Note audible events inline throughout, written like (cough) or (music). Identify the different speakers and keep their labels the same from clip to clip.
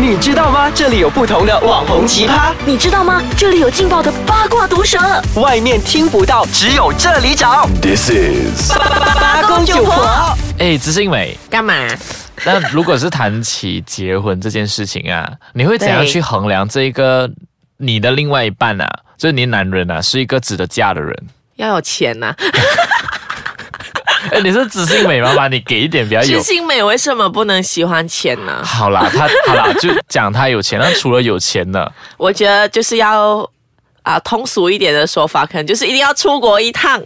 Speaker 1: 你知道吗？这里有不同的网红奇葩，
Speaker 2: 你知道吗？这里有劲爆的八卦毒舌，
Speaker 1: 外面听不到，只有这里找。
Speaker 3: This is
Speaker 1: 八公九婆，
Speaker 4: 哎，知性美，
Speaker 5: 干嘛？
Speaker 4: 那如果是谈起结婚这件事情
Speaker 5: (laughs)
Speaker 4: 啊，你会怎样
Speaker 5: 对
Speaker 4: 去衡量这一个你的另外一半啊，就是你的男人啊，是一个值得嫁的人？
Speaker 5: (laughs) 要有钱呐、
Speaker 4: 哎，你是知性美吗？把你给一点比较有
Speaker 5: (laughs) 知。性美为什么不能喜欢钱呢？
Speaker 4: 好啦，他好啦，就讲他有钱。那除了有钱呢？
Speaker 5: 我觉得就是要。啊，通俗一点的说法，可能就是一定要出国一趟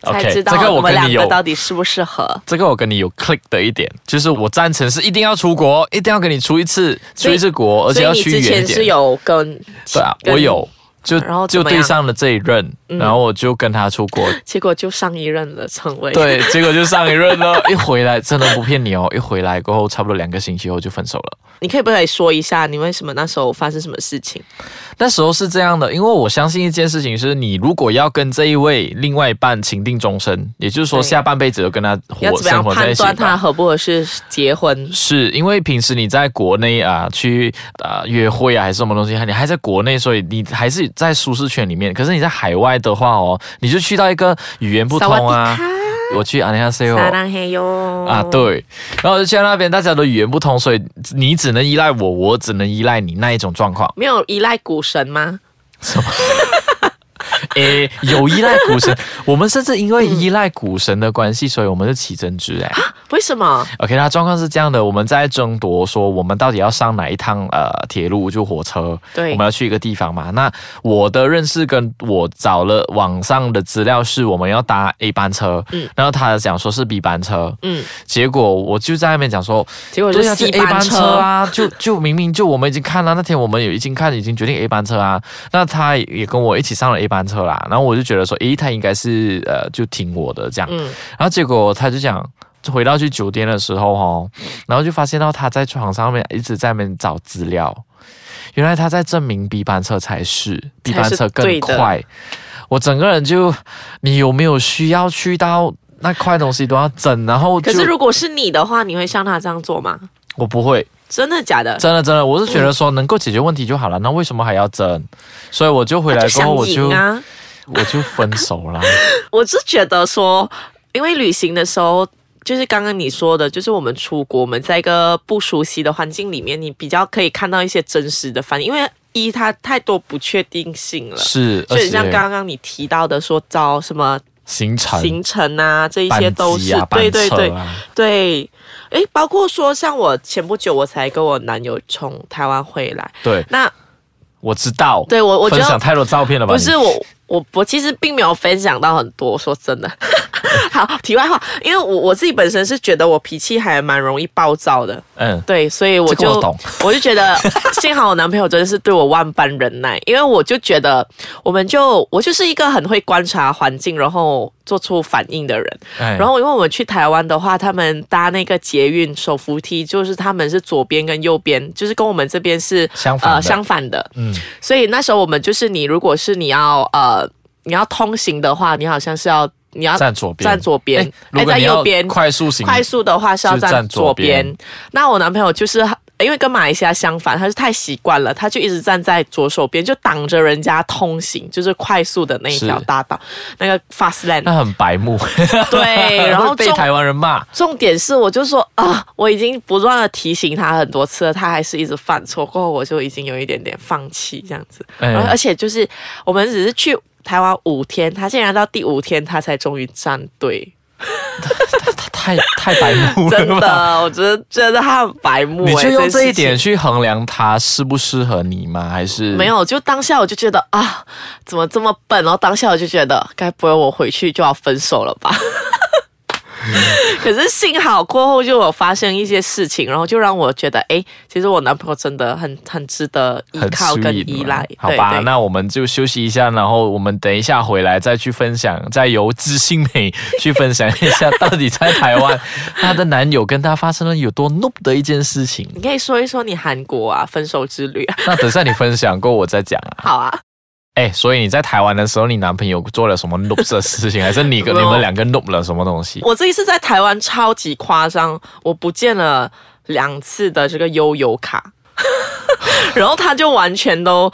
Speaker 4: OK，
Speaker 5: 才知
Speaker 4: 这个
Speaker 5: 道
Speaker 4: 我
Speaker 5: 我们
Speaker 4: 跟
Speaker 5: 两
Speaker 4: 你
Speaker 5: 个
Speaker 4: 有
Speaker 5: 到底适不适合。
Speaker 4: 这个我跟你有 click 的一点，就是我赞成是一定要出国，一定要跟你出一次出
Speaker 5: 所以
Speaker 4: 一次国，而且要
Speaker 5: 所以
Speaker 4: 去
Speaker 5: 你之
Speaker 4: 远一
Speaker 5: 前
Speaker 4: 点
Speaker 5: 是。有跟
Speaker 4: 对啊，
Speaker 5: 跟
Speaker 4: 我有就
Speaker 5: 然后怎
Speaker 4: 就
Speaker 5: 么
Speaker 4: 对
Speaker 5: 样嗯
Speaker 4: 上了这一任，然后我就跟他出国，
Speaker 5: 结果就上一任了，成
Speaker 4: (laughs)
Speaker 5: 为
Speaker 4: 对，结果就上一任了，一回来真的不骗你哦，一回来过后差不多两个星期后就分手了。
Speaker 5: 你可以不可以说一下你为什么那时候发生什么事情？
Speaker 4: 那时候是这样的，因为我相信一件事情是，你如果要跟这一位另外一半情定终身，也就是说
Speaker 5: 对
Speaker 4: 下半辈子都跟他
Speaker 5: 要
Speaker 4: 活
Speaker 5: 怎么样
Speaker 4: 生活在
Speaker 5: 判
Speaker 4: 一起
Speaker 5: 断他
Speaker 4: 吧。
Speaker 5: 合不合适结婚？
Speaker 4: (laughs) 是因为平时你在国内啊去啊约会啊还是什么东西，你还在国内，所以你还是在舒适圈里面。可是你在海外的话哦，你就去到一个语言不通啊，我去安尼亚塞哦，
Speaker 5: 当嘿哟
Speaker 4: 啊，，对，然后我就去到那边，大家都语言不通，所以你只能依赖我，我只能依赖你那一种状况。 (laughs)
Speaker 5: 没有依赖股神吗？
Speaker 4: 诶，有依赖股神， (laughs) 我们甚至因为依赖股神的关系，所以我们是起争执诶。
Speaker 5: 为什么？
Speaker 4: OK，那状况是这样的，我们在争夺说我们到底要上哪一趟呃铁路，就火车，
Speaker 5: 对
Speaker 4: 我们要去一个地方嘛。那我的认识跟我找了网上的资料是我们要搭 A 班车，嗯，然后他讲说是 B 班车，
Speaker 5: 嗯，
Speaker 4: 结果我就在那边讲说，
Speaker 5: 结果就
Speaker 4: 对
Speaker 5: 是
Speaker 4: 啊，就
Speaker 5: C
Speaker 4: A 班
Speaker 5: 班
Speaker 4: 车啊， (laughs) 就就明明就我们已经看了，那天我们有已经看已经决定 A 班车啊，那他也跟我一起上了 A 班车啦，然后我就觉得说，诶，他应该是呃就听我的这样，
Speaker 5: 嗯
Speaker 4: 然后结果他就讲。回到去酒店的时候哦，然后就发现到他在床上面一直在那边找资料，原来他在证明 B 班车才是 B 班车更
Speaker 5: 对的
Speaker 4: 快，我整个人就，你有没有需要去到那块东西都要整，然后
Speaker 5: 可
Speaker 4: 就是
Speaker 5: 如果是你的话，你会像他这样做吗？
Speaker 4: 我不会，
Speaker 5: 真的假的？
Speaker 4: 真的真的，我是觉得说能够解决问题就好了，那为什么还要争？所以我就回来
Speaker 5: 就
Speaker 4: 过后
Speaker 5: 想
Speaker 4: 我就
Speaker 5: 赢啊！
Speaker 4: 我就分手
Speaker 5: (laughs)
Speaker 4: 了。
Speaker 5: 我是觉得说，因为旅行的时候，就是刚刚你说的，就是我们出国，我们在一个不熟悉的环境里面，你比较可以看到一些真实的反应，因为一它太多不确定性了。
Speaker 4: 是，
Speaker 5: 就
Speaker 4: 而
Speaker 5: 很
Speaker 4: 且
Speaker 5: 像刚刚你提到的，说招什么
Speaker 4: 行程、
Speaker 5: 行程啊，这一
Speaker 4: 班
Speaker 5: 些
Speaker 4: 级
Speaker 5: 都是、
Speaker 4: 啊、
Speaker 5: 对
Speaker 4: 班
Speaker 5: 对
Speaker 4: 车
Speaker 5: 对
Speaker 4: 啊
Speaker 5: 对，诶，包括说像我前不久我才跟我男友从台湾回来，
Speaker 4: 对，
Speaker 5: 那
Speaker 4: 我知道。
Speaker 5: 对我我觉
Speaker 4: 分享
Speaker 5: 得
Speaker 4: 太多照片了吧？
Speaker 5: 不
Speaker 4: 你
Speaker 5: 是我，我我其实并没有分享到很多，说真的。 (laughs) 好，题外话，因为我我自己本身是觉得我脾气还蛮容易暴躁的，
Speaker 4: 嗯，
Speaker 5: 对，所以我
Speaker 4: 这个
Speaker 5: 就
Speaker 4: 我懂
Speaker 5: 我就觉得幸好我男朋友真的是对我万般忍耐，因为我就觉得我们就我就是一个很会观察环境，然后做出反应的人。
Speaker 4: 哎
Speaker 5: 然后因为我们去台湾的话，他们搭那个捷运手扶梯，就是他们是左边跟右边，就是跟我们这边是
Speaker 4: 相反的
Speaker 5: 呃相反的。
Speaker 4: 嗯，
Speaker 5: 所以那时候我们就是你，如果是你要呃你要通行的话，你好像是要你要
Speaker 4: 站左边，
Speaker 5: 站左边
Speaker 4: 哎，如果
Speaker 5: 在
Speaker 4: 你要
Speaker 5: 右边
Speaker 4: 快速行，
Speaker 5: 快速的话是要
Speaker 4: 是站
Speaker 5: 站左边。
Speaker 4: 左边
Speaker 5: 那我男朋友就是因为跟马来西亚相反，他是太习惯了，他就一直站在左手边，就挡着人家通行，就是快速的那一条
Speaker 4: 是
Speaker 5: 大道，那个 fast lane。
Speaker 4: 那很白目。 (laughs)
Speaker 5: 对，哎然后
Speaker 4: 会被
Speaker 5: 重
Speaker 4: 台湾人骂，
Speaker 5: 重点是，我就说啊，我已经不断的提醒他很多次了，他还是一直犯错。过后我就已经有一点点放弃这样子，
Speaker 4: 哎
Speaker 5: 然后而且就是我们只是去台湾五天，他竟然到第五天他才终于站队，
Speaker 4: (laughs) 他太太白目
Speaker 5: 真
Speaker 4: 了吧？
Speaker 5: 的，我觉得觉得他很白目、
Speaker 4: 你
Speaker 5: 欸。
Speaker 4: 就用这一
Speaker 5: 件事情
Speaker 4: 点去衡量他适不适合你吗？还是
Speaker 5: 没？有，就当下我就觉得啊，怎么这么笨？然后当下我就觉得，该不会我回去就要分手了吧？ (laughs) 可是幸好过后就有发生一些事情，然后就让我觉得，哎，其实我男朋友真的很很值得依
Speaker 4: 很
Speaker 5: 靠
Speaker 4: sweet
Speaker 5: 跟
Speaker 4: 嘛
Speaker 5: 依赖。
Speaker 4: 好
Speaker 5: 对
Speaker 4: 吧，
Speaker 5: 对
Speaker 4: 那我们就休息一下，然后我们等一下回来再去分享，再由知性美去分享一下到底在台湾她的男友跟她发生了有多 noob 的一件事情。
Speaker 5: 你可以说一说你韩国啊分手之旅 (laughs) 啊，
Speaker 4: 那等下你分享过，我再讲啊。
Speaker 5: 好啊，
Speaker 4: (laughs) 哎，所以你在台湾的时候，你男朋友做了什么 noob 的事情，还是你跟
Speaker 5: 没
Speaker 4: 你
Speaker 5: 有
Speaker 4: 们两个 noob 了什么东西？
Speaker 5: 我这一次在台湾超级夸张，我不见了两次的这个悠游卡。 (laughs) 然后他就完全都。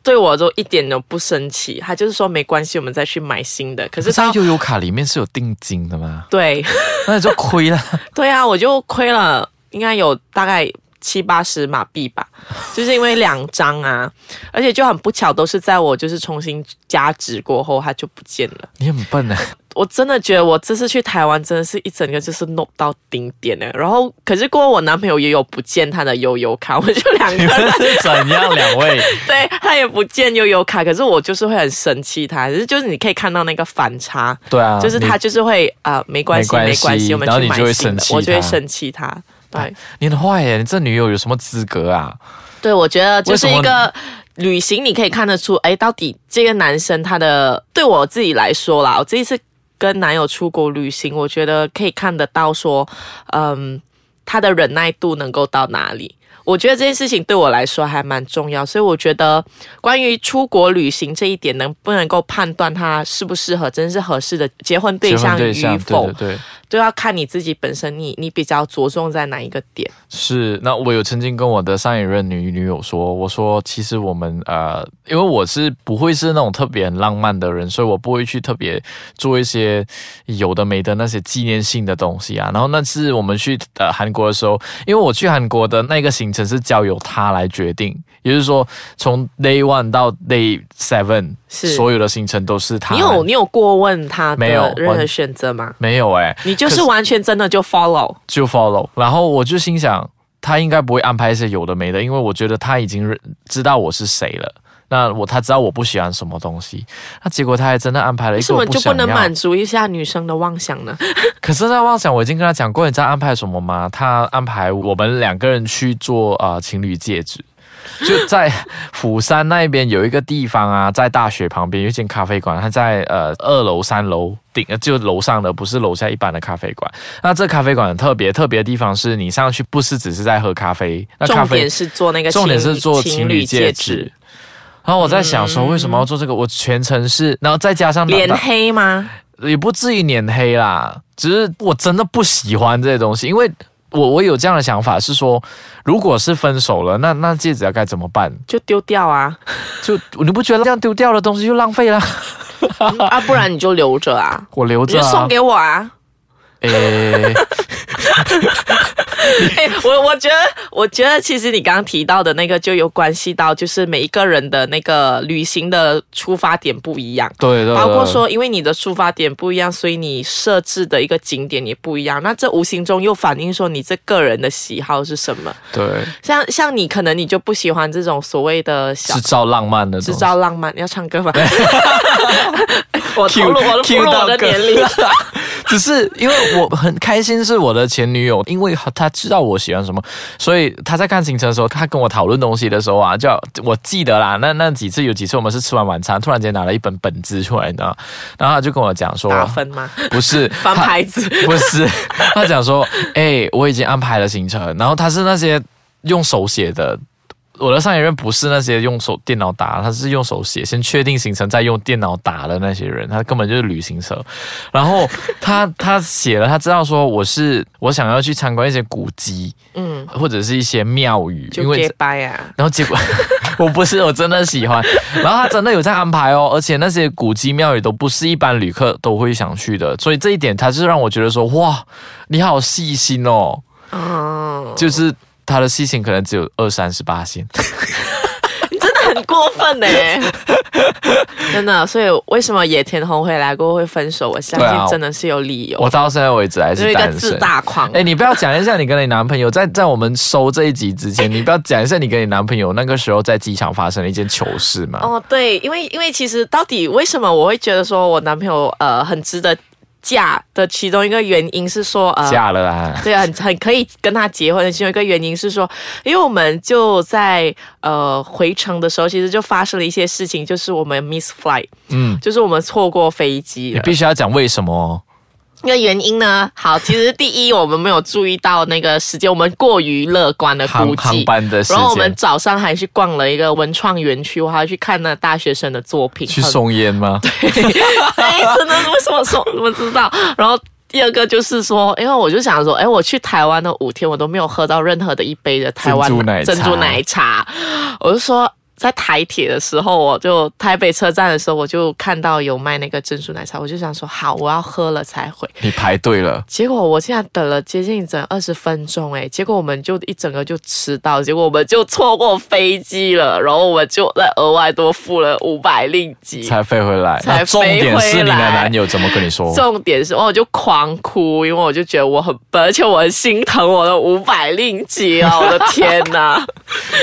Speaker 5: 对我都一点都不生气，他就是说没关系，我们再去买新的。可是
Speaker 4: 在
Speaker 5: 他
Speaker 4: 悠游卡里面是有定金的吗？
Speaker 5: 对
Speaker 4: 那你就亏了。
Speaker 5: 对啊，我就亏了，应该有大概七八十马币吧，就是因为两张啊，而且就很不巧，都是在我就是重新加值过后，它就不见了。
Speaker 4: 你很笨 (laughs) 啊！
Speaker 5: 我真的觉得我这次去台湾真的是一整个就是 n o 到顶点了。然后，可是过后我男朋友也有不见他的悠游卡，我就两个
Speaker 4: 你
Speaker 5: 人
Speaker 4: (laughs) 们是怎样两位？
Speaker 5: 对他也不见悠游卡，可是我就是会很生气他，可是就是你可以看到那个反差，
Speaker 4: 对啊，
Speaker 5: 就是他就是会啊、呃没关系
Speaker 4: 没关
Speaker 5: 没
Speaker 4: 系
Speaker 5: 关系，我们
Speaker 4: 然后
Speaker 5: 去
Speaker 4: 你
Speaker 5: 买
Speaker 4: 就会
Speaker 5: 新的
Speaker 4: 生，气
Speaker 5: 我就会
Speaker 4: 他
Speaker 5: 生气他。对
Speaker 4: 你很坏耶！你这女友有什么资格啊？
Speaker 5: 对，我觉得就
Speaker 4: 为
Speaker 5: 是
Speaker 4: 什么
Speaker 5: 一个旅行，你可以看得出，哎，到底这个男生他的对我自己来说啦，我这一次跟男友出国旅行，我觉得可以看得到说，嗯，他的忍耐度能够到哪里。我觉得这件事情对我来说还蛮重要，所以我觉得关于出国旅行这一点，能不能够判断他适不适合，真是合适的结婚对
Speaker 4: 结婚
Speaker 5: 象
Speaker 4: 对
Speaker 5: 与
Speaker 4: 象，对
Speaker 5: 否，
Speaker 4: 对对。
Speaker 5: 都要看你自己本身你，你比较着重在哪一个点。
Speaker 4: 是，那我有曾经跟我的上一任女女友说，我说其实我们呃，因为我是不会是那种特别很浪漫的人，所以我不会去特别做一些有的没的那些纪念性的东西啊。然后那次我们去呃韩国的时候，因为我去韩国的那个行程是交由他来决定，也就是说从 day one 到 day seven，
Speaker 5: 是
Speaker 4: 所有的行程都是他
Speaker 5: 你
Speaker 4: 来。
Speaker 5: 有你有过问他
Speaker 4: 没有
Speaker 5: 的任何
Speaker 4: 完
Speaker 5: 选择吗？
Speaker 4: 没有哎、
Speaker 5: 你就
Speaker 4: 可
Speaker 5: 是
Speaker 4: 是
Speaker 5: 完全真的就 follow，
Speaker 4: 就 follow，然后我就心想，他应该不会安排一些有的没的，因为我觉得他已经认知道我是谁了。那我他知道我不喜欢什么东西，那结果他还真的安排了一
Speaker 5: 为
Speaker 4: 个
Speaker 5: 什
Speaker 4: 我
Speaker 5: 么
Speaker 4: 不
Speaker 5: 就不
Speaker 4: 想
Speaker 5: 能
Speaker 4: 要。
Speaker 5: 满足一下女生的妄想呢？
Speaker 4: 可是在妄想，我已经跟他讲过你在安排什么吗？他安排我们两个人去做啊、呃情侣戒指。就在釜山那边有一个地方啊， (laughs) 在大学旁边有一间咖啡馆，它在呃二楼、三楼顶，呃就楼上的，不是楼下一般的咖啡馆。那这咖啡馆很特别，特别的地方是你上去不是只是在喝咖啡，那咖
Speaker 5: 重
Speaker 4: 啡
Speaker 5: 点是做那个情
Speaker 4: 重
Speaker 5: 侣，
Speaker 4: 点是做情侣戒指
Speaker 5: 指，。
Speaker 4: 然后我在想说，为什么要做这个？我全程是，然后再加上
Speaker 5: 脸
Speaker 4: 那
Speaker 5: 黑吗？
Speaker 4: 也不至于脸黑啦，只是我真的不喜欢这些东西，因为我我有这样的想法是说，如果是分手了，那那戒指要该怎么办？
Speaker 5: 就丢掉
Speaker 4: (laughs)
Speaker 5: 啊
Speaker 4: 就你不觉得这样丢掉的东西就浪费啦？
Speaker 5: 啊，不然你就留着啊，
Speaker 4: 我留
Speaker 5: 你
Speaker 4: 着、
Speaker 5: 就
Speaker 4: 啊，
Speaker 5: 送给我啊。 (laughs)
Speaker 4: 诶，
Speaker 5: 哎，我我觉得，我觉得其实你刚刚提到的那个就有关系到，就是每一个人的那个旅行的出发点不一样。
Speaker 4: 对对对，
Speaker 5: 包括说，因为你的出发点不一样，所以你设置的一个景点也不一样。那这无形中又反映说你这个人的喜好是什么。
Speaker 4: 对
Speaker 5: 像像你可能你就不喜欢这种所谓的小
Speaker 4: 制造浪漫的东西
Speaker 5: 制造浪漫，你要唱
Speaker 4: (laughs)
Speaker 5: 歌吗？我透
Speaker 4: Cue-
Speaker 5: 露我的透
Speaker 4: cue
Speaker 5: 露我
Speaker 4: 到
Speaker 5: 的
Speaker 4: 歌
Speaker 5: 年
Speaker 4: (laughs)
Speaker 5: 龄。
Speaker 4: 只是因为我很开心，是我的前女友，因为她知道我喜欢什么，所以她在看行程的时候，她跟我讨论东西的时候啊，就我记得啦，那那几次有几次我们是吃完晚餐，突然间拿了一本本子出来，你知道吗，然后她就跟我讲说，
Speaker 5: 打分吗？
Speaker 4: 不是
Speaker 5: 翻
Speaker 4: 她
Speaker 5: 牌
Speaker 4: (laughs)
Speaker 5: 子。
Speaker 4: 不是，他讲说，哎、我已经安排了行程，然后他是那些用手写的。我的上一任不是那些用手电脑打，他是用手写，先确定行程再用电脑打的那些人，他根本就是旅行社。然后他他写了，他知道说我是我想要去参观一些古迹
Speaker 5: 嗯，
Speaker 4: 或者是一些庙宇，因
Speaker 5: 就
Speaker 4: 为
Speaker 5: g 拜啊。
Speaker 4: 然后结果 (laughs) 我不是我真的喜欢，然后他真的有在安排哦，而且那些古迹庙宇都不是一般旅客都会想去的，所以这一点他是让我觉得说哇，你好细心哦，
Speaker 5: 哦，
Speaker 4: 就是他的细心可能只有二三十八线，
Speaker 5: 你真的很过分呢、
Speaker 4: (laughs)
Speaker 5: 真的，所以为什么野田红回来过后会分手？我相
Speaker 4: 对啊
Speaker 5: 信真的是有理由，
Speaker 4: 我到现在为止还
Speaker 5: 就是一个
Speaker 4: 单
Speaker 5: 自
Speaker 4: 身。
Speaker 5: 大狂。啊
Speaker 4: 哎，你不要讲一下你跟你男朋友在在我们收这一集之前，你不要讲一下你跟你男朋友那个时候在机场发生的一件糗事吗？
Speaker 5: 哦，对，因为因为其实到底为什么我会觉得说我男朋友呃很值得嫁的其中一个原因是说呃。
Speaker 4: 嫁了啊啦，
Speaker 5: 对，很很可以跟他结婚的其中一个原因是说，因为我们就在呃回程的时候，其实就发生了一些事情，就是我们 miss flight，
Speaker 4: 嗯，
Speaker 5: 就是我们错过飞机
Speaker 4: 你
Speaker 5: 了。
Speaker 4: 必须要讲为什么哦。
Speaker 5: 那原因呢？好，其实第一我们没有注意到那个时间，我们过于乐观的
Speaker 4: 航
Speaker 5: 估
Speaker 4: 航
Speaker 5: 计。
Speaker 4: 班的时
Speaker 5: 然后我们
Speaker 4: 间
Speaker 5: 早上还去逛了一个文创园区，我还去看那大学生的作品，
Speaker 4: 去
Speaker 5: 很 (laughs)
Speaker 4: 送烟吗？
Speaker 5: 哎，真的为什么说我不知道？然后第二个就是说，因为我就想说，哎，我去台湾的五天，我都没有喝到任何的一杯的台湾
Speaker 4: 珍珠奶茶
Speaker 5: 珍珠奶茶。我就说，在台铁的时候，我就台北车站的时候，我就看到有卖那个珍珠奶茶，我就想说，好，我要喝了才回。
Speaker 4: 你排队了，
Speaker 5: 结果我竟然等了接近整二十分钟，哎，结果我们就一整个就迟到，结果我们就错过飞机了，然后我们就再额外多付了五百令吉。
Speaker 4: 才飞回来。
Speaker 5: 才
Speaker 4: 那重点是你
Speaker 5: 飞
Speaker 4: 的
Speaker 5: 回来
Speaker 4: 男友怎么跟你说？
Speaker 5: 重点是，哦我就狂哭，因为我就觉得我很笨，而且我很心疼我的五百令吉哦，我的天
Speaker 4: (laughs)
Speaker 5: 哪！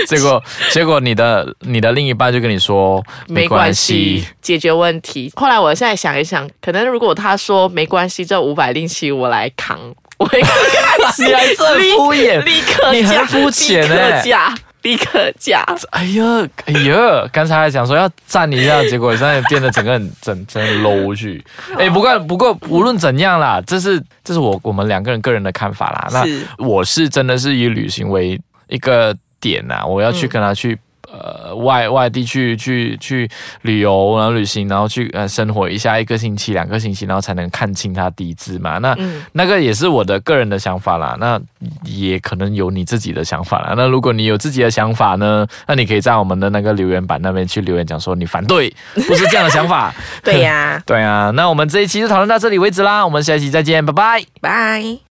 Speaker 4: 结果结果你的你的另一半就跟你说
Speaker 5: 没关系，解决问题。后来我现在想一想，可能如果他说没关系，这五百令吉我来扛，我
Speaker 4: (laughs)
Speaker 5: 会开心，
Speaker 4: 你还真
Speaker 5: 立
Speaker 4: 敷衍
Speaker 5: 立刻
Speaker 4: 你很
Speaker 5: 嫁
Speaker 4: 肤浅
Speaker 5: 立
Speaker 4: 欸
Speaker 5: 刻嫁，立刻嫁。
Speaker 4: 哎呀，哎呀，刚才还想说要赞你一下，结果现在变得整个很整整个 low 去。哎，不过不过无论怎样啦，这是这是我我们两个人个人的看法啦。那
Speaker 5: 是
Speaker 4: 我是真的是以旅行为一个点呐、我要去跟他去。呃，外外地去去去旅游，然后旅行，然后去呃生活一下一个星期、两个星期，然后才能看清他底子嘛。那、那个也是我的个人的想法啦。那也可能有你自己的想法啦。那如果你有自己的想法呢，那你可以在我们的那个留言板那边去留言讲说你反对，不是这样的想法。
Speaker 5: 对呀、
Speaker 4: (laughs) 对啊，那我们这一期就讨论到这里为止啦，我们下一期再见，拜拜。
Speaker 5: 拜。